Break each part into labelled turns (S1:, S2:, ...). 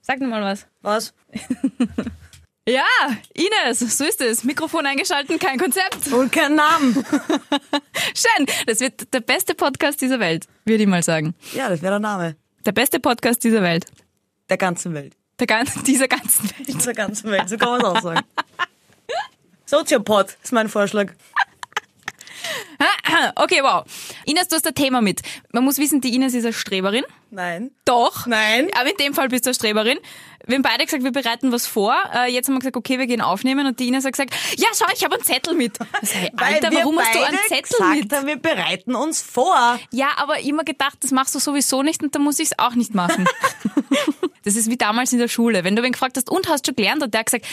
S1: Sag nur mal was.
S2: Was?
S3: Ja, Ines, so ist es. Mikrofon eingeschalten, kein Konzept.
S2: Und keinen Namen.
S3: Schön, das wird der beste Podcast dieser Welt, würde ich mal sagen.
S2: Ja, das wäre der Name.
S3: Der beste Podcast dieser Welt.
S2: Der ganzen Welt.
S3: Der ganzen, dieser ganzen Welt.
S2: Der ganzen Welt, so kann man es auch sagen. Soziopod ist mein Vorschlag.
S3: Okay, wow. Ines, du hast ein Thema mit. Man muss wissen, die Ines ist eine Streberin.
S2: Nein.
S3: Doch.
S2: Nein.
S3: Aber in dem Fall bist du eine Streberin. Wir haben beide gesagt, wir bereiten was vor. Äh, Jetzt haben wir gesagt, okay, wir gehen aufnehmen. Und die Ines hat gesagt, ja, schau, ich habe einen Zettel mit. Das heißt, Alter,
S2: Weil wir
S3: warum hast du
S2: beide
S3: einen Zettel
S2: gesagt
S3: mit?
S2: Haben, wir bereiten uns vor.
S3: Ja, aber immer gedacht, das machst du sowieso nicht und dann muss ich es auch nicht machen. das ist wie damals in der Schule. Wenn du wen gefragt hast, und hast schon gelernt, und der hat gesagt,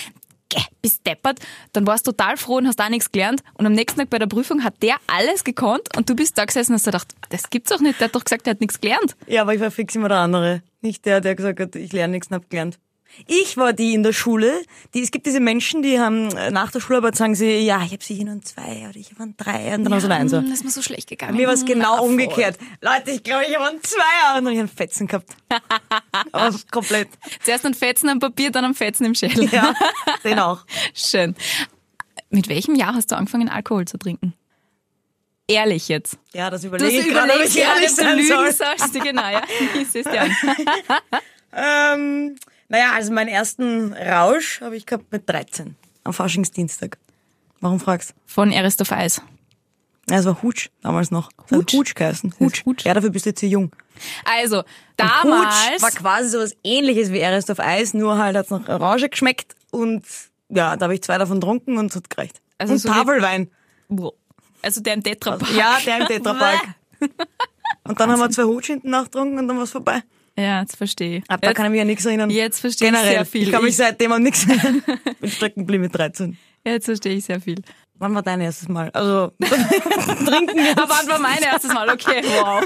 S3: "Geh, bist deppert, dann warst du total froh und hast auch nichts gelernt. Und am nächsten Tag bei der Prüfung hat der alles gekonnt und du bist da gesessen und hast gedacht, das gibt's doch nicht, der hat doch gesagt, der hat nichts gelernt.
S2: Ja, aber ich war fix immer der andere. Nicht der, der gesagt hat, ich lerne nichts und hab gelernt. Ich war die in der Schule, die, es gibt diese Menschen, die haben äh, nach der Schularbeit sagen sie, ja, ich habe sicher nur ein Zwei oder ich habe ein Drei und dann haben sie einen Einser.
S3: Hm, Das ist mir so schlecht gegangen.
S2: Mir war es genau
S3: Ah, voll.
S2: umgekehrt. Leute, ich glaube, ich habe einen Zweier und dann hab ich einen Fetzen gehabt. Aber komplett.
S3: Zuerst ein Fetzen am Papier, dann am Fetzen im Schädel.
S2: Ja, den auch.
S3: Schön. Mit welchem Jahr hast du angefangen, Alkohol zu trinken? Ehrlich jetzt.
S2: Ja, das
S3: Du
S2: überlege
S3: hast
S2: ich gerade, ob
S3: überlegt,
S2: ich
S3: gerade,
S2: ehrlich
S3: ob du
S2: sein
S3: lügen
S2: soll.
S3: sollst. Genau, ja. Ich seh's dir an.
S2: Ähm, naja, also meinen ersten Rausch habe ich gehabt mit 13. Am Faschingsdienstag. Warum fragst
S3: Von Eristoph Eis.
S2: du? Ja, es war Hutsch damals noch. Es hat
S3: Hutsch?
S2: Hutsch geheißen.
S3: heißt
S2: Hutsch.
S3: Hutsch?
S2: Ja, dafür bist du jetzt zu jung.
S3: Also,
S2: Und
S3: damals...
S2: Hutsch war quasi sowas ähnliches wie Erst auf Eis, nur halt hat's nach Orange geschmeckt und ja, da habe ich zwei davon getrunken und es hat gereicht.
S3: Also
S2: und
S3: so wie-
S2: Tafelwein.
S3: Wow. also der im Tetrapack.
S2: Ja, der im Tetrapack. Und dann haben wir zwei Hutsch hinten nachgetrunken und dann war's vorbei.
S3: Ja, jetzt verstehe ich.
S2: Ab da
S3: Jetzt-
S2: kann ich mich an nichts erinnern.
S3: jetzt verstehe ich
S2: Generell.
S3: sehr viel.
S2: Ich kann mich
S3: Ich-
S2: seitdem an nichts erinnern. Bin stecken geblieben mit 13.
S3: Jetzt verstehe ich sehr viel.
S2: Wann war dein erstes Mal? Also, trinken jetzt.
S3: Aber wann war mein erstes Mal? Okay, wow.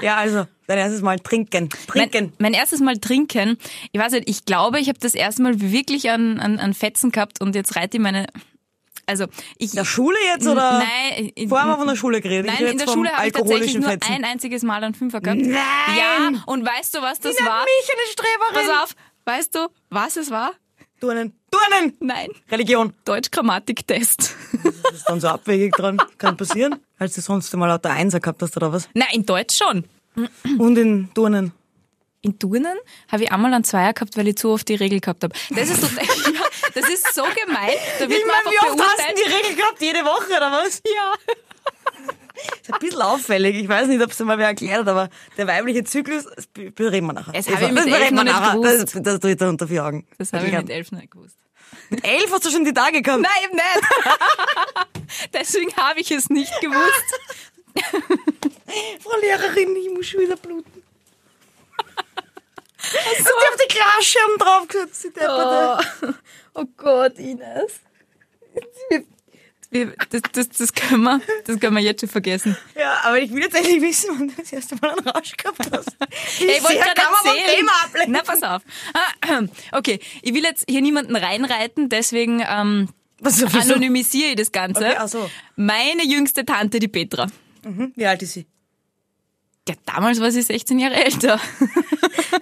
S2: Ja, also, dein erstes Mal trinken. Trinken.
S3: Mein, mein erstes Mal trinken. Ich weiß nicht, ich glaube, ich habe das erste Mal wirklich an, an, an Fetzen gehabt und jetzt reite ich meine... Also, ich...
S2: In der Schule jetzt oder?
S3: Nein, in-
S2: Vorher haben wir von der Schule geredet. ich
S3: Nein,
S2: rede
S3: in der
S2: jetzt vom
S3: Schule habe ich tatsächlich
S2: alkoholischen
S3: nur
S2: Fetzen.
S3: ein einziges Mal einen Fünfer gehabt.
S2: Nein!
S3: Ja, und weißt du, was das
S2: Die nennt
S3: war?
S2: mich eine Streberin.
S3: Pass auf, weißt du, was es war?
S2: Turnen. Turnen!
S3: Nein,
S2: Religion.
S3: Deutsch-Grammatik-Test.
S2: Das ist dann so abwegig dran. Kann passieren. Als du sonst mal lauter Einser gehabt hast oder was.
S3: Nein, in Deutsch schon.
S2: Und in Turnen.
S3: In Turnen habe ich einmal einen Zweier gehabt, weil ich zu oft die Regel gehabt habe. Das ist, total, ja, das ist so gemein. Da wird
S2: Ich
S3: man
S2: meine,
S3: einfach
S2: wie oft hast du
S3: beurteilt.
S2: die Regel gehabt? Jede Woche oder was?
S3: Ja.
S2: Ist ein bisschen auffällig. Ich weiß nicht, ob es mal wer erklärt hat, aber der weibliche Zyklus, das be- bereden wir nachher.
S3: Das
S2: Das
S3: habe ich mit elf
S2: bereden wir
S3: noch nicht
S2: nachher.
S3: gewusst.
S2: Das, das tritt er unter vier Augen.
S3: Das habe ich mit elf nicht gewusst.
S2: elf hast du schon die Tage gehabt.
S3: Nein, eben nicht. Deswegen habe ich es nicht gewusst.
S2: Frau Lehrerin, ich muss schon wieder bluten. Hast du auf die Glasschirm draufgesetzt, die Depperte?
S3: Oh Gott, Ines. Wir, das, das, das, können wir, das können wir jetzt schon vergessen.
S2: Ja, aber ich will jetzt endlich wissen, wann du das erste Mal einen Rausch gehabt hast. Wie
S3: Ey, ich wollte
S2: sehr
S3: gerade
S2: kann man vom
S3: erzählen.
S2: Thema ablenken?
S3: Na, pass auf. Ah, Okay, ich will jetzt hier niemanden reinreiten, deswegen ähm,
S2: Was ist das?
S3: anonymisiere ich das Ganze.
S2: Okay, ach so.
S3: Meine jüngste Tante, die Petra.
S2: Wie alt ist sie?
S3: Ja, damals war sie 16 Jahre älter.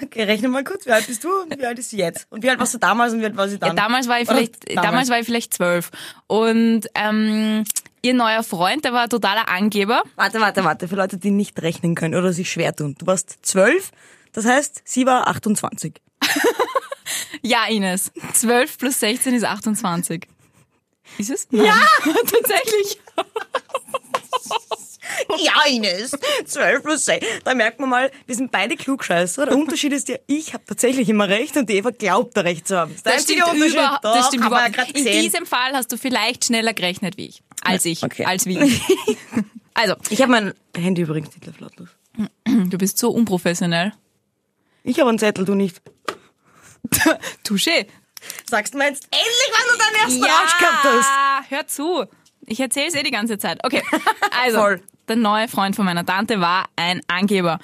S2: Okay, rechne mal kurz. Wie alt bist du und wie alt ist sie jetzt? Und wie alt warst du damals und wie alt war sie dann?
S3: Ja, damals war ich
S2: Oder
S3: vielleicht, damals. war ich vielleicht zwölf. Und ähm, ihr neuer Freund, der war ein totaler Angeber.
S2: Warte, warte, warte. Für Leute, die nicht rechnen können oder sich schwer tun. Du warst zwölf, das heißt, sie war 28.
S3: Ja, Ines. 12 plus 16 ist 28. Ist es? Nein. Ja, tatsächlich.
S2: Ja, Ines, 12 plus 6. Da merkt man mal, wir sind beide Klugscheißer. Der Unterschied ist ja, ich habe tatsächlich immer recht und die Eva glaubt, da recht zu haben. Das, ist der
S3: Das
S2: einzige
S3: stimmt,
S2: Unterschied.
S3: überhaupt-
S2: Doch,
S3: das stimmt
S2: haben wir ja
S3: überhaupt
S2: gerade
S3: nicht. In
S2: gesehen.
S3: diesem Fall hast du vielleicht schneller gerechnet wie ich. Als ich.
S2: Okay.
S3: Als wie ich. Also,
S2: Ich habe mein Handy übrigens nicht auf lautlos.
S3: du bist so unprofessionell.
S2: Ich habe einen Zettel, du nicht.
S3: Touché.
S2: Sagst du mir jetzt endlich, wann du deinen ersten Rausch gehabt hast?
S3: hör zu. Ich erzähle es eh die ganze Zeit. Okay, also
S2: Voll.
S3: der neue Freund von meiner Tante war ein Angeber.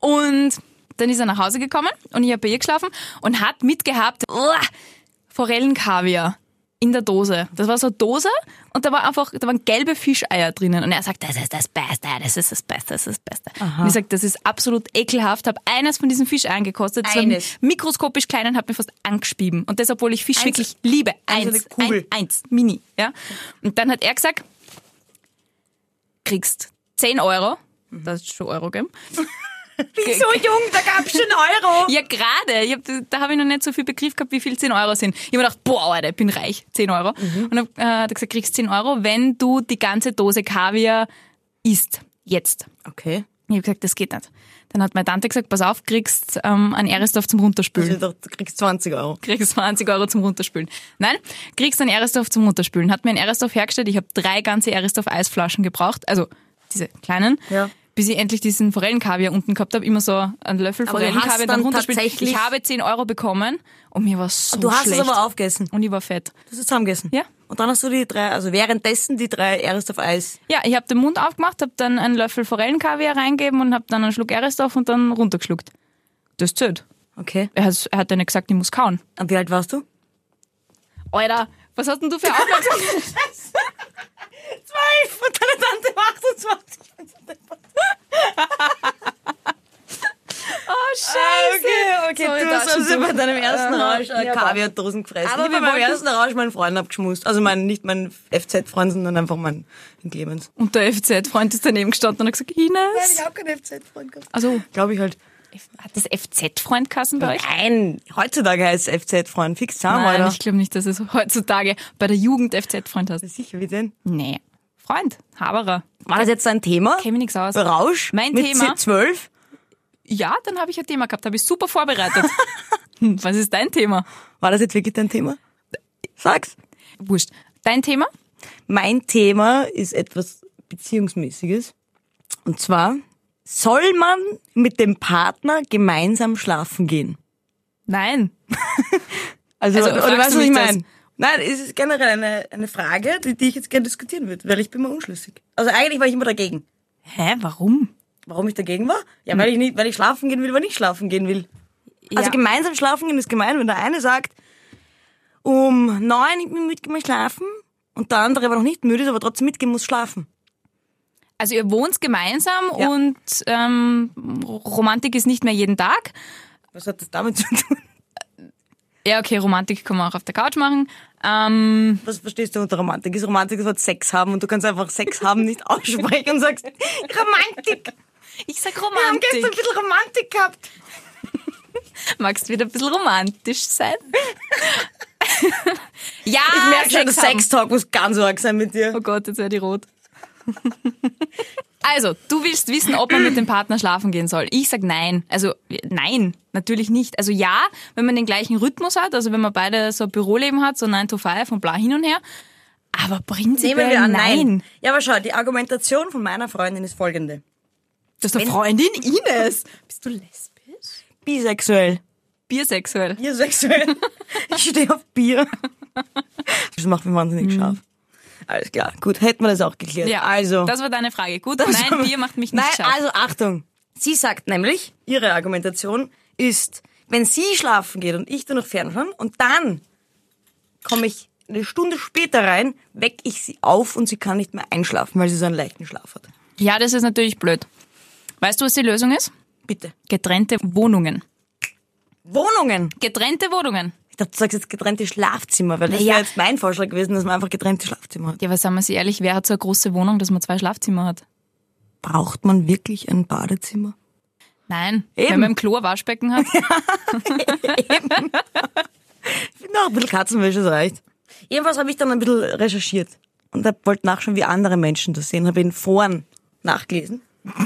S3: Und dann ist er nach Hause gekommen und ich habe bei ihr geschlafen und hat mitgehabt uah, Forellenkaviar. in der Dose. Das war so eine Dose und da war einfach, da waren gelbe Fischeier drinnen. Und er sagt, das ist das Beste, das ist das Beste, das ist das Beste. Und ich sag, das ist absolut ekelhaft. Habe eines von diesen Fischeiern gekostet. Das
S2: Eines.
S3: war mikroskopisch klein und hat mir fast angespieben. Und das, obwohl ich Fisch wirklich liebe.
S2: Also
S3: Eins,
S2: eine Kugel.
S3: Ein, eins, Mini. Ja. Und dann hat er gesagt, kriegst 10 Euro.
S2: Mhm.
S3: Das ist schon Euro, gell?
S2: so jung, da gab's schon Euro.
S3: Ja, gerade. Ich hab, da habe ich noch nicht so viel Begriff gehabt, wie viel 10 Euro sind. Ich habe mir gedacht, boah, Alter, ich bin reich, 10 Euro.
S2: Mhm.
S3: Und dann äh, hat er gesagt, kriegst 10 Euro, wenn du die ganze Dose Kaviar isst. Jetzt.
S2: Okay.
S3: Ich habe gesagt, das geht nicht. Dann hat meine Tante gesagt, pass auf, kriegst ähm, einen Eresdorf zum Runterspülen
S2: Also, du kriegst 20 Euro.
S3: kriegst 20 Euro zum Runterspülen. Nein, kriegst einen Eresdorf zum Runterspülen. Hat mir einen Eresdorf hergestellt. Ich habe drei ganze Eresdorf-Eisflaschen gebraucht. Also diese kleinen.
S2: Ja.
S3: Bis ich endlich diesen Forellenkaviar unten gehabt habe. Immer so einen Löffel
S2: Aber du hast
S3: Forellenkaviar dann
S2: dann
S3: runterspülen.
S2: tatsächlich-
S3: Ich habe 10 Euro bekommen und mir war so
S2: Du hast
S3: schlecht.
S2: es aber aufgessen.
S3: und ich war fett.
S2: Du hast es zusammengegessen.
S3: Ja.
S2: Und dann hast du die drei, also währenddessen die drei Erst auf Eis.
S3: Ja, ich habe den Mund aufgemacht, habe dann einen Löffel Forellenkaviar reingeben und habe dann einen Schluck Eresdorf und dann runtergeschluckt. Das zählt.
S2: Okay.
S3: Er hat, er hat ja nicht gesagt, ich muss kauen.
S2: Und wie alt warst du?
S3: Alter, was hast denn du für Aufmerksamkeit?
S2: Elf und deine Tante war 28.
S3: Oh, scheiße.
S2: Ah, Okay, okay.
S3: Sorry,
S2: du
S3: da
S2: hast
S3: schon
S2: also
S3: so-
S2: bei deinem ersten
S3: Aha.
S2: Rausch äh,
S3: Ja,
S2: Kaviardosen gefressen.
S3: Aber
S2: Aber ich
S3: wir
S2: habe beim
S3: wollten-
S2: ersten Rausch meinen Freund abgeschmust. Also meinen, nicht meinen FZ-Freund, sondern einfach meinen den Clemens.
S3: Und der FZ-Freund ist daneben gestanden und hat gesagt, Ines.
S2: habe keinen FZ-Freund gehabt.
S3: Also,
S2: Glaube ich halt.
S3: hat das FZ-Freund Kassen bei euch?
S2: Nein, heutzutage heißt FZ-Freund fix zusammen, oder?
S3: ich glaube nicht, dass es heutzutage bei der Jugend FZ-Freund hast.
S2: Sicher, wie denn?
S3: Nee. Freund, Haberer.
S2: War das jetzt ein Thema?
S3: Käme nichts aus.
S2: Rausch?
S3: Mein
S2: mit
S3: Thema?
S2: C12?
S3: Ja, dann habe ich ein Thema gehabt, habe ich super vorbereitet. Hm, Was ist dein Thema?
S2: War das jetzt wirklich dein Thema? Sag's.
S3: Wurscht. Dein Thema?
S2: Mein Thema ist etwas Beziehungsmäßiges. Und zwar, soll man mit dem Partner gemeinsam schlafen gehen?
S3: Nein.
S2: Also,
S3: Also,
S2: oder
S3: fragst
S2: weißt
S3: du
S2: du, was ich
S3: mich das?
S2: meine? Nein, es ist generell eine, eine Frage, die, die ich jetzt gerne diskutieren würde, weil ich bin mir unschlüssig. Also eigentlich war ich immer dagegen.
S3: Hä, warum?
S2: Warum ich dagegen war? Ja, weil ich nicht, weil ich schlafen gehen will, weil ich nicht schlafen gehen will. Also
S3: Ja.
S2: gemeinsam schlafen gehen ist gemein, wenn der eine sagt, um neun, ich bin mitgemacht schlafen und der andere aber noch nicht müde ist, aber trotzdem mitgehen muss schlafen.
S3: Also ihr wohnt gemeinsam
S2: Ja.
S3: und ähm, Romantik ist nicht mehr jeden Tag.
S2: Was hat das damit zu tun?
S3: Ja, okay, Romantik kann man auch auf der Couch machen. Ähm,
S2: Was verstehst du unter Romantik? Ist Romantik das Wort Sex haben und du kannst einfach Sex haben nicht aussprechen und sagst, Romantik,
S3: Ich sag
S2: wir haben gestern ein
S3: Romantik.
S2: bisschen Romantik gehabt.
S3: Magst wieder ein bisschen romantisch sein? ja,
S2: Ich merke schon, der
S3: Sex haben.
S2: Sextalk muss ganz arg sein mit dir.
S3: Oh Gott, jetzt werde ich rot. Also, du willst wissen, ob man mit dem Partner schlafen gehen soll. Ich sag nein. Also nein, natürlich nicht. Also ja, wenn man den gleichen Rhythmus hat, also wenn man beide so ein Büroleben hat, so 9 to 5 und bla hin und her. Aber prinzipiell nein.
S2: Ja, aber schau, die Argumentation von meiner Freundin ist folgende.
S3: Das ist eine Freundin Ines. Bist du lesbisch?
S2: Bisexuell.
S3: Bisexuell.
S2: Biersexuell. Ich stehe auf Bier. Das macht mich wahnsinnig scharf. Alles klar, gut, hätten wir das auch geklärt.
S3: Mhm. Ja,
S2: also.
S3: Das war deine Frage. Gut,
S2: Das
S3: nein,
S2: war-
S3: Bier macht mich nicht
S2: Nein,
S3: scharf.
S2: also Achtung. Sie sagt nämlich, ihre Argumentation ist, wenn sie schlafen geht und ich dann noch fernschauen und dann komme ich eine Stunde später rein, wecke ich sie auf und sie kann nicht mehr einschlafen, weil sie so einen leichten Schlaf hat.
S3: Ja, das ist natürlich blöd. Weißt du, was die Lösung ist?
S2: Bitte.
S3: Getrennte Wohnungen.
S2: Wohnungen.
S3: Getrennte Wohnungen.
S2: Ich dachte, du sagst jetzt getrennte Schlafzimmer, weil das
S3: Naja.
S2: wäre jetzt mein Vorschlag gewesen, dass man einfach getrennte Schlafzimmer hat.
S3: Ja, aber sagen wir sie ehrlich, wer hat so eine große Wohnung, dass man zwei Schlafzimmer hat?
S2: Braucht man wirklich ein Badezimmer?
S3: Nein.
S2: Eben.
S3: Wenn man im Klo ein Waschbecken hat.
S2: Ich finde auch ein bisschen Katzenwäsche, das reicht. Jedenfalls habe ich dann ein bisschen recherchiert und hab- wollte nachschauen, wie andere Menschen das sehen. Habe in Foren nachgelesen.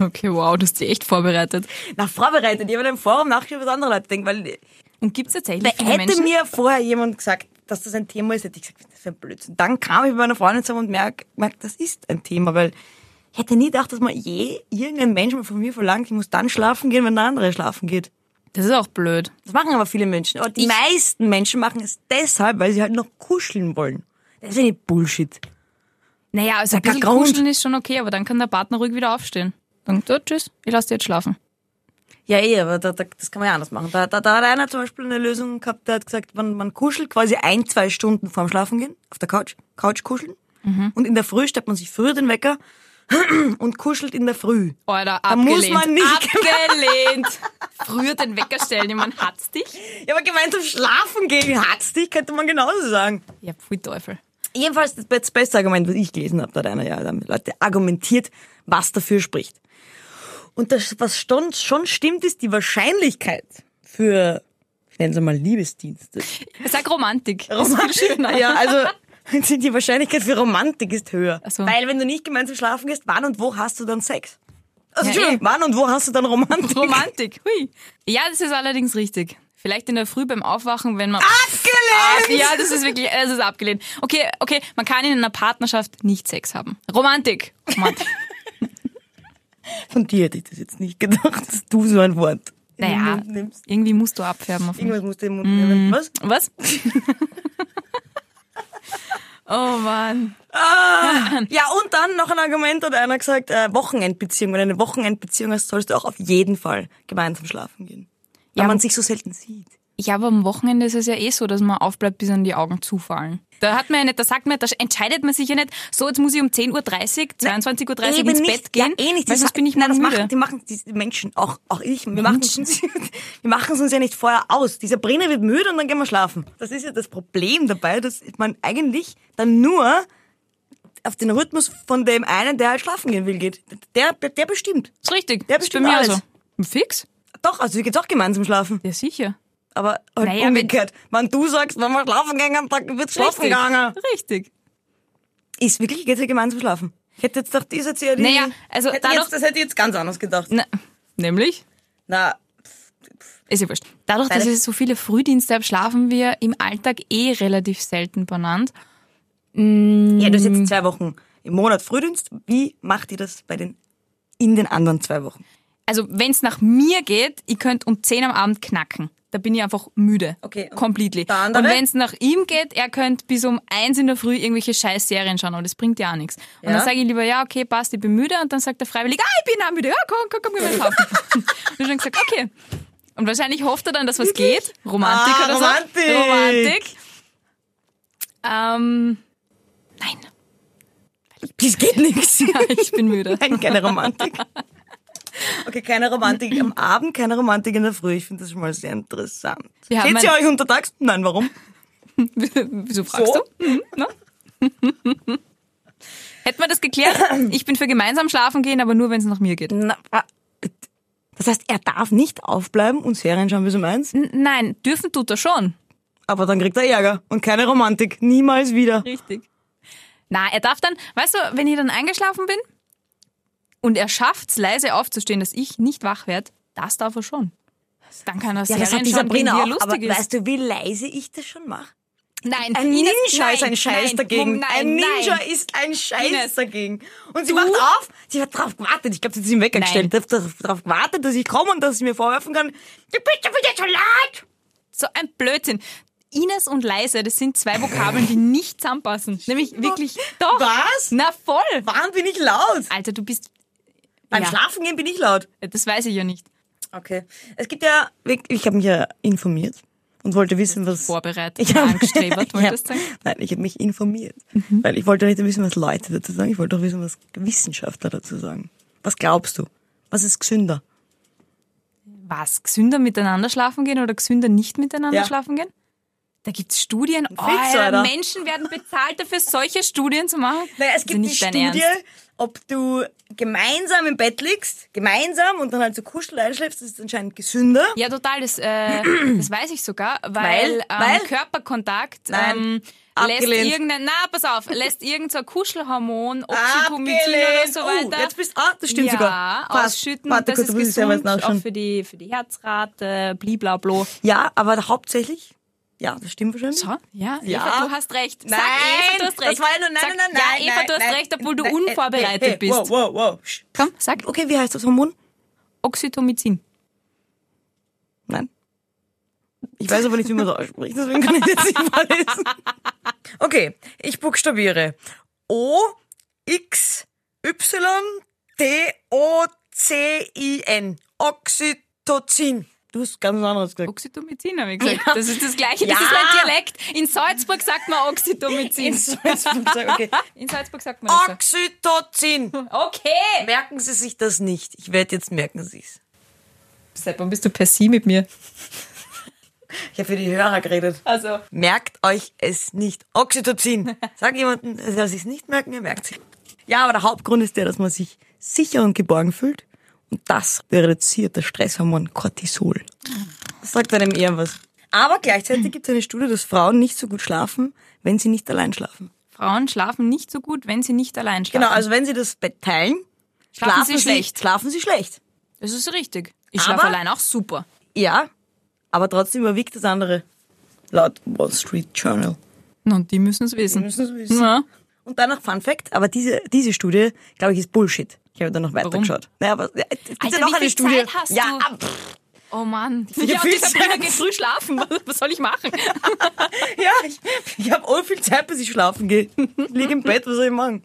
S3: Okay, wow, du hast dich echt vorbereitet.
S2: Na, vorbereitet. Ich habe in einem Forum nachgeschaut, was andere Leute denken, weil
S3: Und gibt's tatsächlich viele
S2: hätte
S3: Menschen?
S2: mir vorher jemand gesagt, dass das ein Thema ist, hätte ich gesagt, das ist ein Blödsinn. Dann kam ich mit meiner Freundin zusammen und merk, merk, das ist ein Thema, weil ich hätte nie gedacht, dass man je irgendein Mensch mal von mir verlangt, ich muss dann schlafen gehen, wenn der andere schlafen geht.
S3: das ist auch blöd.
S2: Das machen aber viele Menschen. Aber die meisten Menschen machen es deshalb, weil sie halt noch kuscheln wollen. Das ist ja nicht Bullshit.
S3: Naja, also ein
S2: kein
S3: bisschen
S2: Grund.
S3: oh, kuscheln ist schon okay, aber dann kann der Partner ruhig wieder aufstehen. Dann, so, tschüss, ich lass dich jetzt schlafen.
S2: Ja, eh, aber da, da, das kann man ja anders machen. Da, da, da hat einer zum Beispiel eine Lösung gehabt, der hat gesagt, man, man kuschelt quasi ein, zwei Stunden vorm Schlafengehen auf der Couch, Couch kuscheln. Und in der Früh stellt man sich früher den Wecker und kuschelt in der Früh.
S3: Oder
S2: Da muss
S3: abgelehnt.
S2: man nicht-
S3: abgelehnt. Früher den Wecker stellen, ich meine, hat's dich?
S2: Ja, aber gemeinsam schlafen gehen hat's dich, könnte man genauso sagen.
S3: Ja, pfui Teufel.
S2: Jedenfalls das best- beste Argument, was ich gelesen habe, da hat einer ja damit Leute argumentiert, was dafür spricht. Und das, was schon, schon stimmt, ist die Wahrscheinlichkeit für, ich nenne es mal Liebesdienste.
S3: Sag Romantik.
S2: Romantik.
S3: schöner.
S2: Ja, also die Wahrscheinlichkeit für Romantik ist höher.
S3: Ach so.
S2: Weil wenn du nicht gemeinsam schlafen gehst, wann und wo hast du dann Sex? Also
S3: Ja,
S2: Entschuldigung, wann und wo hast du dann Romantik?
S3: Romantik, hui. Ja, das ist allerdings richtig. Vielleicht in der Früh beim Aufwachen, wenn man...
S2: Ah, Abgelehnt!
S3: Ja, das ist wirklich, das ist abgelehnt. Okay, okay, man kann in einer Partnerschaft nicht Sex haben. Romantik. Romantik.
S2: Von dir hätte ich das jetzt nicht gedacht, dass du so ein Wort in den
S3: Naja,
S2: Mund nimmst.
S3: irgendwie musst du abfärben auf
S2: Irgendwas musst du im Mund nehmen. Was?
S3: Was? oh Mann.
S2: Ja, und dann noch ein Argument hat einer gesagt, äh, Wochenendbeziehung. Wenn du eine Wochenendbeziehung hast, sollst du auch auf jeden Fall gemeinsam schlafen gehen.
S3: Ja,
S2: Weil man
S3: aber-
S2: sich so selten sieht.
S3: Ja, aber am Wochenende ist es ja eh so, dass man aufbleibt, bis an die Augen zufallen. Da hat man ja nicht, da sagt man, da entscheidet man sich ja nicht, so jetzt muss ich um 10.30 Uhr, 22.30 Uhr
S2: Eben
S3: ins
S2: nicht,
S3: Bett gehen,
S2: Ja, eh nicht.
S3: weil
S2: Das
S3: sonst
S2: ma-
S3: bin ich
S2: nein,
S3: morgen
S2: das
S3: müde.
S2: machen, die machen die Menschen, auch, auch ich. Wir machen, es uns, wir machen es uns ja nicht vorher aus. Die Sabrina wird müde und dann gehen wir schlafen. Das ist ja das Problem dabei, dass man eigentlich dann nur auf den Rhythmus von dem einen, der halt schlafen gehen will, geht. Der, der bestimmt.
S3: ist richtig.
S2: Der
S3: ist bei
S2: bestimmt
S3: mir
S2: alles.
S3: also. Fix?
S2: Doch, also wir gehen doch gemeinsam schlafen.
S3: Ja, sicher.
S2: Aber halt
S3: Naja,
S2: umgekehrt. Wenn du sagst, wenn wir schlafen gehen, dann wird schlafen
S3: Richtig.
S2: gegangen.
S3: Richtig.
S2: Ist wirklich, geht ihr gemeinsam schlafen? Ich hätte jetzt gedacht, ist jetzt ja die...
S3: Naja, also
S2: hätte ich
S3: dadurch- Hm.
S2: jetzt, das hätte ich jetzt ganz anders gedacht.
S3: Na, nämlich?
S2: Na,
S3: Ist ja wurscht. Dadurch, dass
S2: Deine-
S3: es so viele Frühdienste habe, schlafen wir im Alltag eh relativ selten benannt.
S2: ja, du hast jetzt zwei Wochen im Monat Frühdienst. Wie macht ihr das bei den in den anderen zwei Wochen?
S3: Also, wenn es nach mir geht, ich könnt um 10 am Abend knacken. Da bin ich einfach müde.
S2: Okay, und
S3: Completely.
S2: der
S3: Und
S2: andere?
S3: wenn es nach ihm geht, er könnt bis um eins in der Früh irgendwelche scheiß Serien schauen, aber das bringt ja auch nichts. Und
S2: Ja.
S3: dann sage ich lieber, ja, okay, passt, ich bin müde. Und dann sagt er freiwillig, ah, ich bin auch müde. Ja, komm, komm, komm, gehen wir schlafen. Und ich hab schon gesagt, okay. Und wahrscheinlich hofft er dann, dass was geht. Romantik
S2: Ah,
S3: oder so.
S2: Romantik.
S3: Romantik. Ähm, nein,
S2: Das geht nichts.
S3: ja, ich bin müde.
S2: Nein, keine Romantik. Okay, keine Romantik am Abend, keine Romantik in der Früh. Ich finde das schon mal sehr interessant.
S3: Wir haben
S2: Seht ihr
S3: ein-
S2: euch untertags? Nein, warum?
S3: Wieso fragst
S2: So?
S3: du? Hm, na? Hätten wir das geklärt? Ich bin für gemeinsam schlafen gehen, aber nur, wenn es nach mir geht. N-
S2: Na, wa- das heißt, er darf nicht aufbleiben und Serien schauen bis um eins?
S3: Nein, dürfen tut er schon.
S2: Aber dann kriegt er Ärger und keine Romantik. Niemals wieder.
S3: Richtig. Na, er darf dann, weißt du, wenn ich dann eingeschlafen bin und er schafft es, leise aufzustehen, dass ich nicht wach werde, das darf er schon. Dann kann er
S2: Ja,
S3: Serien
S2: das hat die
S3: schauen, gehen,
S2: Sabrina
S3: wie er
S2: auch.
S3: lustig
S2: Aber
S3: ist.
S2: weißt du, wie leise ich das schon mache?
S3: nein,
S2: Ein
S3: Ines,
S2: Ninja ist ein
S3: nein,
S2: Scheiß
S3: nein,
S2: dagegen.
S3: Nein,
S2: ein Ninja
S3: nein.
S2: ist ein Scheiß
S3: Ines.
S2: dagegen. Und sie macht auf, sie hat drauf gewartet. Ich glaube, sie hat sich im Wecker
S3: Nein.
S2: gestellt. Sie hat darauf gewartet, dass ich komme und dass sie mir vorwerfen kann, du bist ja wieder zu laut.
S3: So ein Blödsinn. Ines und leise, das sind zwei Vokabeln, die nicht zusammenpassen. Nämlich wirklich doch.
S2: Was?
S3: Na voll.
S2: Wann bin ich laut?
S3: Alter, du bist.
S2: Beim
S3: Ja.
S2: Schlafen gehen bin ich laut.
S3: Das weiß ich ja nicht.
S2: Okay. Es gibt ja, ich habe mich ja informiert und wollte wissen, was...
S3: Vorbereitet, angestrebt, wolltest du
S2: Ja.
S3: sagen? Mhm.
S2: Nein, ich habe mich informiert, weil ich wollte nicht wissen, was Leute dazu sagen, ich wollte auch wissen, was Wissenschaftler dazu sagen. Was glaubst du? Was ist gesünder?
S3: Was? Gesünder miteinander schlafen gehen oder gesünder nicht miteinander
S2: Ja.
S3: schlafen gehen? Da gibt's Studien. Oh,
S2: Alter.
S3: Menschen werden bezahlt dafür, solche Studien zu machen.
S2: Naja,
S3: Das
S2: es
S3: ist
S2: gibt
S3: Also nicht
S2: die
S3: dein
S2: Studie,
S3: Ernst.
S2: ob du gemeinsam im Bett liegst, gemeinsam und dann halt so kuschel einschläfst, das ist anscheinend gesünder.
S3: Ja, total. Das, äh, das weiß ich sogar, weil,
S2: Weil?
S3: ähm,
S2: Weil?
S3: Körperkontakt ähm,
S2: Nein.
S3: lässt
S2: Abgelehnt.
S3: irgendein, na pass auf, lässt irgendein so ein Kuschelhormon, Oxytocin oder
S2: Abgelehnt.
S3: so
S2: Oh,
S3: weiter.
S2: jetzt bist ah, das stimmt
S3: ja,
S2: sogar. Passt.
S3: ausschütten,
S2: Warte
S3: das
S2: kurz,
S3: ist
S2: da muss ich selber
S3: gesund,
S2: jetzt
S3: auch
S2: nachschauen.
S3: für die, für die Herzrate, bliblablo.
S2: Ja, aber hauptsächlich, ja, das stimmt wahrscheinlich.
S3: So, ja,
S2: Ja.
S3: Eva, du hast recht. Sag,
S2: Nein,
S3: Eva, du hast recht.
S2: das war ja nur, nein,
S3: Sag,
S2: nein, nein, nein.
S3: Ja, Eva,
S2: nein,
S3: du hast
S2: nein,
S3: recht, obwohl du
S2: nein, hey,
S3: unvorbereitet
S2: hey, hey,
S3: bist.
S2: Wow, wow, wow. Sch-
S3: Komm, sag
S2: Okay, wie heißt das Hormon?
S3: Oxytocin.
S2: Nein. Ich weiß aber nicht, wie man das ausspricht, deswegen kann ich das nicht vorlesen. Okay, ich buchstabiere. O, X, Y, T, O, C, I, N. Oxytocin. Oxytocin. Du hast ganz was anderes gesagt.
S3: Oxytomycin, habe ich gesagt. Das ist das Gleiche, das ist mein Dialekt. In Salzburg sagt man Oxytomycin.
S2: In Salzburg, sag- okay.
S3: In Salzburg sagt man das
S2: Oxytocin.
S3: so. Okay!
S2: Merken Sie sich das nicht. Ich werde jetzt merken Sie es.
S3: Sepp, warum bist du per Sie mit mir?
S2: Ich habe für die Hörer geredet.
S3: Also,
S2: Merkt euch es nicht. Oxytocin. Sag jemanden, der sich nicht merken, er merkt sich. Ja, aber der Hauptgrund ist der, dass man sich sicher und geborgen fühlt. Und das reduziert das Stresshormon Cortisol. Das sagt einem eher was. Aber gleichzeitig gibt es eine Studie, dass Frauen nicht so gut schlafen, wenn sie nicht allein schlafen.
S3: Frauen schlafen nicht so gut, wenn sie nicht allein schlafen.
S2: Genau, also wenn sie das Bett teilen,
S3: Schlafen sie schlecht.
S2: Schlafen sie schlecht.
S3: Das ist richtig. Ich
S2: Aber-
S3: schlafe allein auch super.
S2: Ja, aber trotzdem überwiegt das andere. Laut Wall Street Journal.
S3: Und die müssen es wissen.
S2: müssen es wissen.
S3: Ja.
S2: Und dann noch Fun Fact, aber diese, diese Studie, glaube ich, ist Bullshit. Ich habe da noch
S3: Warum?
S2: weitergeschaut. Naja, aber ja, es gibt
S3: Alter,
S2: ja noch
S3: wie
S2: eine
S3: viel
S2: Studie.
S3: Zeit hast
S2: ja, ah,
S3: du?
S2: ab-
S3: Oh Mann. Ich
S2: Ja,
S3: habe
S2: viel
S3: die Sabrina
S2: Zeit.
S3: geht früh schlafen. Was- Was soll ich machen?
S2: ja, ich, ich habe all viel Zeit, bis ich schlafen gehe. Ich liege im Bett, was soll ich machen?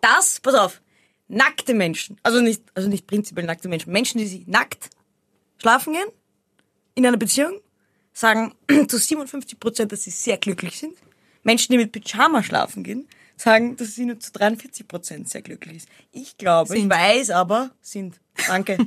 S2: Das, pass auf, nackte Menschen, also nicht, also nicht prinzipiell nackte Menschen, Menschen, die sich nackt schlafen gehen, in einer Beziehung, sagen zu 57 Prozent, dass sie sehr glücklich sind. Menschen, die mit Pyjama schlafen gehen, sagen, dass sie nur zu 43 Prozent sehr glücklich ist. Ich glaube, ich
S3: Sind.
S2: weiß aber, sind, danke,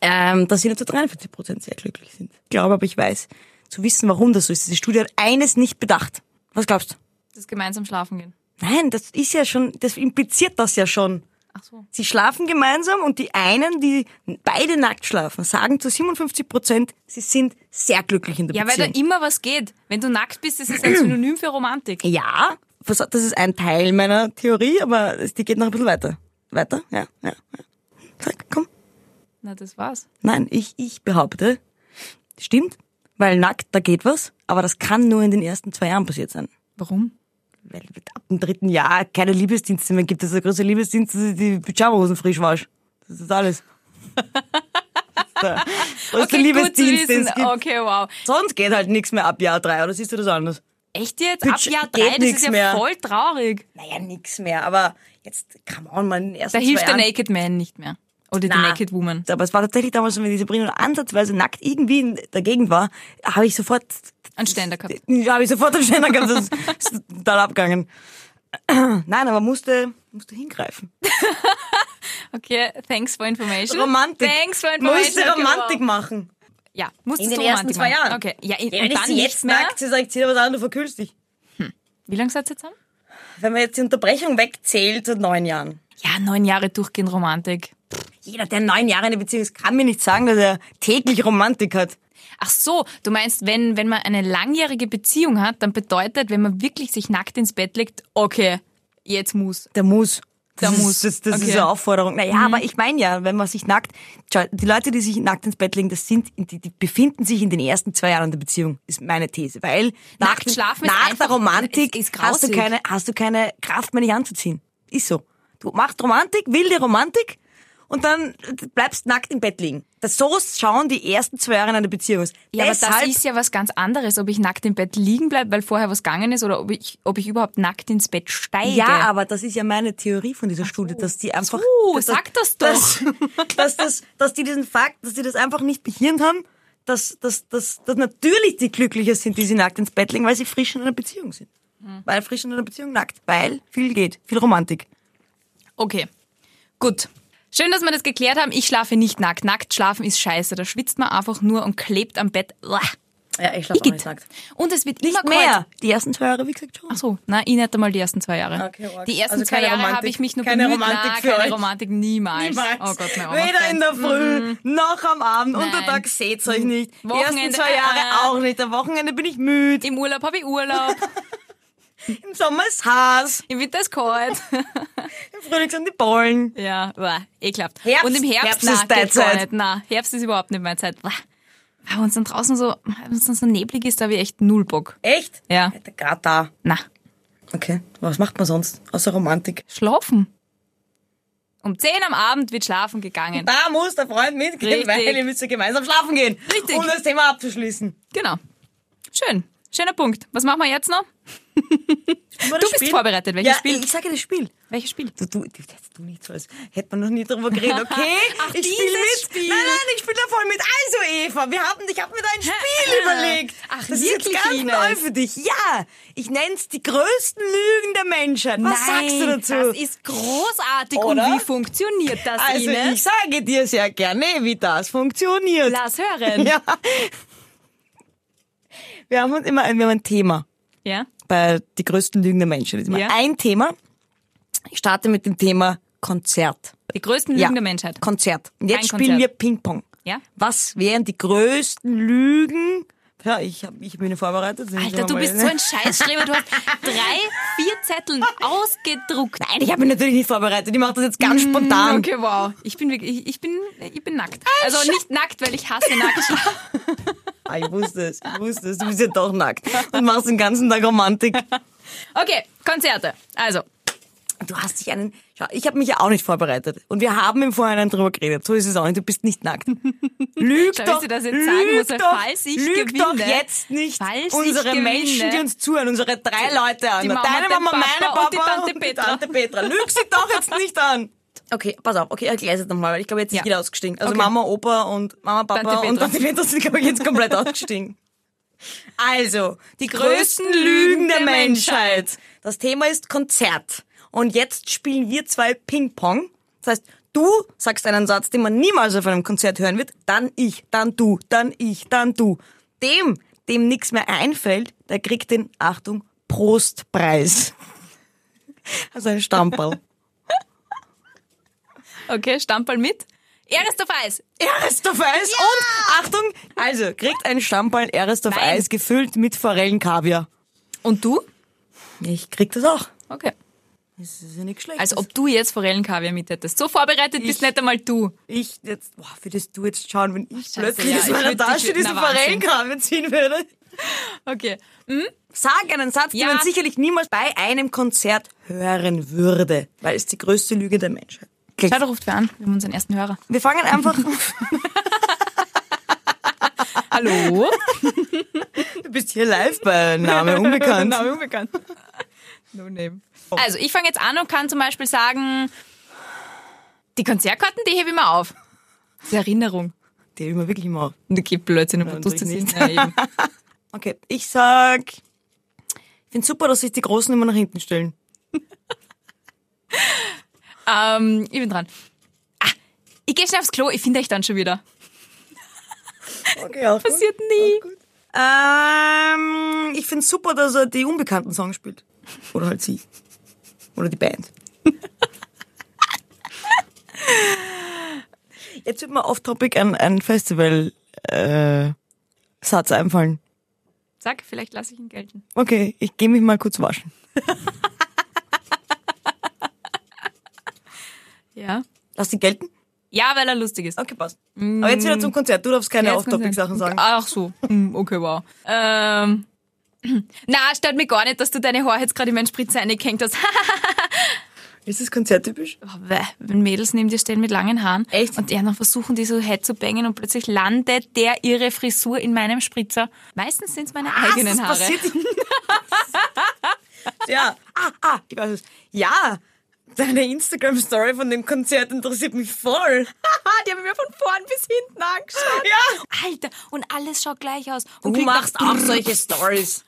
S2: ähm, dass sie nur zu 43 Prozent sehr glücklich sind. Ich glaube, aber ich weiß, zu wissen, warum das so ist. Diese Studie hat eines nicht bedacht. Was glaubst du?
S3: Das gemeinsam schlafen gehen.
S2: Nein, das ist ja schon, das impliziert das ja schon.
S3: Ach so.
S2: Sie schlafen gemeinsam und die einen, die beide nackt schlafen, sagen zu 57 Prozent, sie sind sehr glücklich in der
S3: Ja, weil da
S2: Beziehung.
S3: immer was geht. Wenn du nackt bist, das ist ein Synonym für Romantik.
S2: ja, was- das ist ein Teil meiner Theorie, aber es- die geht noch ein bisschen weiter. Weiter? Ja, ja, ja. Sag, komm.
S3: Na, das war's.
S2: Nein, ich, ich behaupte, stimmt, weil nackt, da geht was, aber das kann nur in den ersten zwei Jahren passiert sein.
S3: Warum?
S2: Weil ab dem dritten Jahr keine Liebesdienste mehr gibt. Das ist der größte Liebesdienst, dass ich die Pyjamahosen frisch wasch. Das ist alles. Das ist der größte Liebesdienst, den es gibt.
S3: Okay, wow.
S2: Sonst geht halt nichts mehr ab Jahr drei, oder siehst du das anders?
S3: Echt jetzt? Ab
S2: Bitch,
S3: Jahr
S2: geht
S3: drei, das
S2: nix
S3: ist ja
S2: mehr.
S3: voll traurig.
S2: Naja, nichts mehr, aber jetzt kann man mal in den ersten
S3: Da hilft
S2: zwei
S3: der
S2: Jahren-
S3: Naked Man nicht mehr. Oder die
S2: Na.
S3: Naked Woman.
S2: Aber es war tatsächlich damals, wenn die Sabrina nur ansatzweise nackt irgendwie in der Gegend war, habe ich sofort,
S3: Ein Ständer gehabt.
S2: ja, habe ich sofort am Ständer gehabt, das ist total abgegangen. Nein, aber musste, musste hingreifen.
S3: Okay, thanks for information.
S2: Romantik.
S3: Thanks for information.
S2: Musste
S3: Okay,
S2: Romantik
S3: wow.
S2: machen.
S3: Ja, musstest
S2: In den
S3: du
S2: ersten
S3: Romantik
S2: zwei
S3: machen.
S2: Jahren.
S3: Okay, ja,
S2: Ja,
S3: und
S2: wenn ich
S3: dann
S2: sie
S3: nicht
S2: jetzt
S3: mehr.
S2: merkt, sie sagt, sie was an, du verkühlst dich.
S3: Wie lange seid ihr zusammen?
S2: Wenn man jetzt die Unterbrechung wegzählt, seit neun Jahren.
S3: Ja, neun Jahre durchgehend Romantik.
S2: Jeder, der neun Jahre in einer Beziehung ist, kann mir nicht sagen, dass er täglich Romantik hat.
S3: Ach so, du meinst, wenn, wenn man eine langjährige Beziehung hat, dann bedeutet, wenn man wirklich sich nackt ins Bett legt, okay, jetzt muss.
S2: Der muss. Das
S3: Der
S2: ist,
S3: muss.
S2: Das, das
S3: Okay. Mhm.
S2: ist eine Aufforderung. Naja, aber ich meine ja, wenn man sich nackt, schau, die Leute, die sich nackt ins Bett legen, das sind, die, die befinden sich in den ersten zwei Jahren der Beziehung, ist meine These. Weil nach,
S3: Nackt schlafen ist
S2: nach
S3: einfach-
S2: der Romantik
S3: ist- ist
S2: hast, du
S3: grausig.
S2: keine, hast du keine Kraft mehr, dich anzuziehen. Ist so. Du machst Romantik, wilde Romantik und dann bleibst nackt im Bett liegen. Das so schauen die ersten zwei Jahre in einer Beziehung aus.
S3: Ja, aber
S2: Deshalb
S3: das ist ja was ganz anderes, ob ich nackt im Bett liegen bleibe, weil vorher was gegangen ist, oder ob ich, ob ich überhaupt nackt ins Bett steige.
S2: Ja, aber das ist ja meine Theorie von dieser Studie, dass die einfach.
S3: so,
S2: dass-
S3: Uh, sag das
S2: Dass, dass, das, dass die diesen Fakt, dass die das einfach nicht behirnt haben, dass, dass, dass, dass natürlich die glücklicher sind, die sie nackt ins Bett legen, weil sie frisch in einer Beziehung sind.
S3: Hm.
S2: Weil frisch in einer Beziehung nackt. Weil viel geht, viel Romantik.
S3: Okay, gut. Schön, dass wir das geklärt haben. Ich schlafe nicht nackt. Nackt schlafen ist scheiße. Da schwitzt man einfach nur und klebt am Bett. Uah.
S2: Ja, ich schlafe
S3: auch nicht nackt. Und es wird
S2: Nicht
S3: immer kalt.
S2: mehr. Die ersten zwei Jahre, wie gesagt, schon.
S3: Ach so, na, ich nicht einmal die ersten zwei Jahre.
S2: Okay, arg.
S3: die ersten
S2: Also
S3: zwei
S2: keine
S3: Jahre habe
S2: Romantik.
S3: ich mich nur
S2: Keine
S3: bemüht.
S2: Romantik
S3: na,
S2: für
S3: keine
S2: euch.
S3: Romantik, niemals.
S2: Niemals.
S3: Oh Gott, mein Arm
S2: Weder
S3: macht
S2: in
S3: keinen-
S2: der Früh, noch am Abend.
S3: Nein. Mhm.
S2: Untertags seht's euch nicht. Die ersten
S3: Wochenende,
S2: zwei Jahre
S3: äh.
S2: auch nicht. Am Wochenende bin ich müde.
S3: Im Urlaub habe ich Urlaub,
S2: Im Sommer ist Haas.
S3: im Winter ist kalt.
S2: Im Frühling sind die Pollen.
S3: Ja, uah, ekelhaft.
S2: Herbst-
S3: Und im Herbst,
S2: Herbst
S3: na,
S2: ist deine
S3: geht gar
S2: Zeit.
S3: nicht. Na, Herbst ist überhaupt nicht meine Zeit. Uah. Weil wenn es dann draußen so, wenn es dann so neblig ist, da habe ich echt null Bock.
S2: Echt?
S3: Ja.
S2: Gerade da.
S3: Na,
S2: Okay, was macht man sonst außer Romantik?
S3: schlafen. Um 10 am Abend wird schlafen gegangen.
S2: Da muss der Freund
S3: Richtig.
S2: mitgehen, weil ihr müsst ja gemeinsam schlafen gehen.
S3: Richtig.
S2: Um das Thema abzuschließen.
S3: Genau. Schön. Schöner Punkt. Was machen wir jetzt noch?
S2: Immer das
S3: Du bist vorbereitet. Welches
S2: ja,
S3: Spiel?
S2: Ich sage das Spiel.
S3: Welches Spiel?
S2: Du, du, du, das- du nicht so, als hätte man noch nie drüber geredet, okay?
S3: Ach,
S2: ich spiel
S3: dieses
S2: mit.
S3: Spiel.
S2: Nein, nein, ich spiele da voll mit. Also, Eva, wir haben, ich habe mir da ein Spiel überlegt.
S3: Ah. Ach,
S2: das ist
S3: wirklich,
S2: jetzt ganz
S3: Ines?
S2: neu für dich. Ja, ich nenn's die größten Lügen der Menschheit. Was
S3: Nein,
S2: sagst du dazu?
S3: Das ist großartig.
S2: Oder?
S3: Und wie funktioniert das,
S2: also, ich
S3: Ines?
S2: sage dir sehr gerne, wie das funktioniert.
S3: Lass hören.
S2: Ja. Wir haben uns immer ein, wir haben ein Thema
S3: Ja.
S2: bei die größten Lügen der Menschen. Das ist immer
S3: Ja.
S2: Ein Thema. Ich starte mit dem Thema Konzert.
S3: Die größten Lügen
S2: Ja.
S3: der Menschheit.
S2: Konzert. Und jetzt
S3: Ein
S2: spielen
S3: Konzert.
S2: wir Ping-Pong.
S3: Ja.
S2: Was wären die größten Lügen? Ja, ich habe ich bin nicht vorbereitet. Sind
S3: Alter,
S2: wir
S3: du
S2: mal-
S3: bist so ein Scheißschreiber. Du hast drei, vier Zetteln ausgedruckt.
S2: Nein, ich habe mich natürlich nicht vorbereitet. Ich mache das jetzt ganz spontan.
S3: Mm, Okay, wow. Ich bin wirklich, ich, ich bin, ich bin nackt. Also nicht nackt, weil ich hasse nackt.
S2: Ah, ich wusste es, ich wusste es. Du bist ja doch nackt und machst den ganzen Tag Romantik.
S3: Okay, Konzerte. Also,
S2: Du hast dich einen. Schau, ich habe mich ja auch nicht vorbereitet. Und wir haben im Vorhinein drüber geredet. So ist es auch nicht. Du bist nicht nackt. Lüg
S3: Soll ich
S2: doch.
S3: dir das jetzt
S2: lüg
S3: sagen muss,
S2: doch,
S3: falls ich
S2: lüg
S3: gewinne?
S2: doch jetzt nicht
S3: Falls ich
S2: unsere
S3: gewinne.
S2: Menschen, die uns zuhören, unsere drei Leute an.
S3: Die Mama,
S2: Deine
S3: den
S2: Mama,
S3: Papa
S2: meine Papa
S3: und die Tante Petra.
S2: Tante Petra. Lüg sie doch jetzt nicht an. Okay, pass auf. Okay, erklär es jetzt nochmal, weil ich glaube, jetzt ist
S3: Ja.
S2: jeder ausgestiegen. Also
S3: Okay.
S2: Mama, Opa und Mama, Papa
S3: Tante
S2: und
S3: Petra.
S2: Tante Petra sind, glaube ich, jetzt komplett ausgestiegen. Also, die größten Lügen der Menschheit. Das Thema ist Konzert. Und jetzt spielen wir zwei Ping-Pong. Das heißt, du sagst einen Satz, den man niemals auf einem Konzert hören wird, dann ich, dann du, dann ich, dann du. Dem, dem nichts mehr einfällt, der kriegt den, Achtung, Prostpreis. Also ein Stamperl.
S3: okay, Stamperl mit. Erst auf Eis.
S2: Erest auf Eis und, Achtung, also kriegt ein Stamperl Erest auf
S3: Nein.
S2: Eis gefüllt mit Forellenkaviar.
S3: Und du?
S2: Ich krieg das auch. Also
S3: Okay.
S2: Das ist ja nicht schlecht.
S3: Als ob du jetzt Forellenkaviar mit hättest. So vorbereitet
S2: Ich-
S3: bist nicht einmal du.
S2: ich jetzt, boah, würdest du jetzt schauen, wenn ich
S3: Scheiße,
S2: plötzlich
S3: ja,
S2: aus
S3: ich
S2: meiner
S3: würd- ich
S2: Tasche
S3: würd-
S2: diese
S3: na, Wahnsinn.
S2: Forellenkrabbe ziehen würde?
S3: Okay.
S2: Sag einen Satz,
S3: Ja.
S2: den man sicherlich niemals bei einem Konzert hören würde, weil es die größte Lüge der Menschheit.
S3: Schau, da ruft wer an. Wir haben unseren ersten Hörer.
S2: Wir fangen einfach,
S3: Hallo?
S2: du bist hier live bei Name unbekannt.
S3: Name unbekannt. No name. Also, ich fange jetzt an und kann zum Beispiel sagen, die Konzertkarten, die hebe ich mal auf. Die Erinnerung.
S2: Die immer wirklich immer. auf.
S3: Okay, Blödsinn, aber
S2: Nein,
S3: du hast das
S2: natürlich
S3: nicht.
S2: nicht.
S3: Ja, eben.
S2: Okay, ich sag, ich find's super, dass sich die Großen immer nach hinten stellen.
S3: ähm, ich bin dran. Ah, ich gehe schnell aufs Klo, ich finde euch dann schon wieder.
S2: Okay, auch
S3: Passiert nie.
S2: Ähm, ich find's super, dass er die unbekannten Songs spielt. Oder halt sie. Oder die Band. Jetzt wird mir off-topic ein, ein Festival-Satz einfallen.
S3: Sag, vielleicht lasse ich ihn gelten.
S2: Okay, ich gehe mich mal kurz waschen.
S3: Ja.
S2: Lass die gelten?
S3: Ja, weil er lustig ist.
S2: Okay, passt. Aber jetzt wieder zum Konzert. Du darfst keine
S3: Mm. Ja, jetzt
S2: off-topic-Sachen
S3: kannst
S2: sagen.
S3: du- Ach so. Hm, Okay, wow. Ähm. Na, stört mich gar nicht, dass du deine Haare jetzt gerade in meinen Spritzer reingehängt hast.
S2: Ist das konzerttypisch?
S3: Weh, wenn Mädels neben dir stehen mit langen Haaren
S2: Echt?
S3: und er noch versuchen, die so head zu bängen und plötzlich landet der ihre Frisur in meinem Spritzer. Meistens sind es meine eigenen
S2: Ah,
S3: Haare.
S2: das passiert ihnen. ja. Ah, ah, ich weiß es. Ja, deine Instagram-Story von dem Konzert interessiert mich voll.
S3: die haben mir von vorn bis hinten angeschaut.
S2: Ja.
S3: Alter, und alles schaut gleich aus.
S2: Du
S3: Und klingt nach
S2: machst auch solche Stories.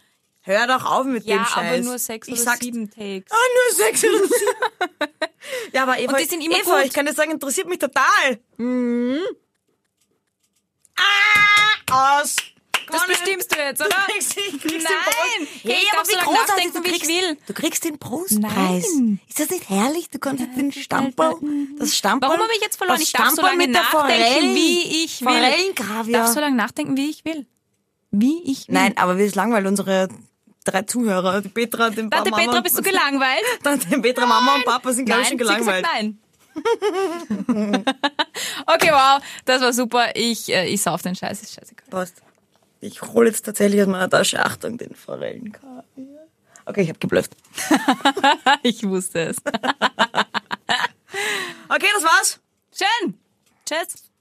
S2: Hör doch auf mit
S3: Ja,
S2: dem Scheiß.
S3: aber nur sechs
S2: ich
S3: oder
S2: sag's-
S3: sieben Takes.
S2: Ah, nur sechs oder sieben. ja, aber Eva,
S3: Und die sind immer
S2: Eva
S3: gut.
S2: ich kann dir sagen, interessiert mich total. Mhm. Ah, aus.
S3: Das bestimmst du jetzt, oder?
S2: Ich
S3: Nein!
S2: krieg's den Brust.
S3: Hey, ich darf so lange
S2: großartig,
S3: nachdenken, wie ich
S2: kriegst-
S3: will.
S2: Du kriegst den Brustpreis.
S3: Nein.
S2: Ist das nicht herrlich? Du kannst jetzt den Stamperl, das Stamperl.
S3: Warum habe ich jetzt verloren?
S2: das
S3: Ich darf so
S2: Stamperl
S3: lange
S2: mit der
S3: nachdenken,
S2: Forellen-
S3: wie ich will. Ich
S2: Forellenkaviar.
S3: darf so lange nachdenken, wie ich will. Wie ich will.
S2: Nein, aber wir ist langweilig, unsere drei Zuhörer, die Petra, den
S3: Tante
S2: Mama,
S3: Petra, bist du gelangweilt?
S2: Tante Petra, Mama und Papa sind, glaube ich, schon
S3: Nein, sie
S2: gelangweilt.
S3: hat gesagt nein. okay, wow, das war super. Ich, äh, ich sauf den Scheiß, ist scheißegal.
S2: Passt. Ich hole jetzt tatsächlich aus meiner Tasche, Achtung, den Forellenkaviar. Okay, ich habe geblufft.
S3: Ich wusste es.
S2: Okay, das war's.
S3: Schön. Tschüss.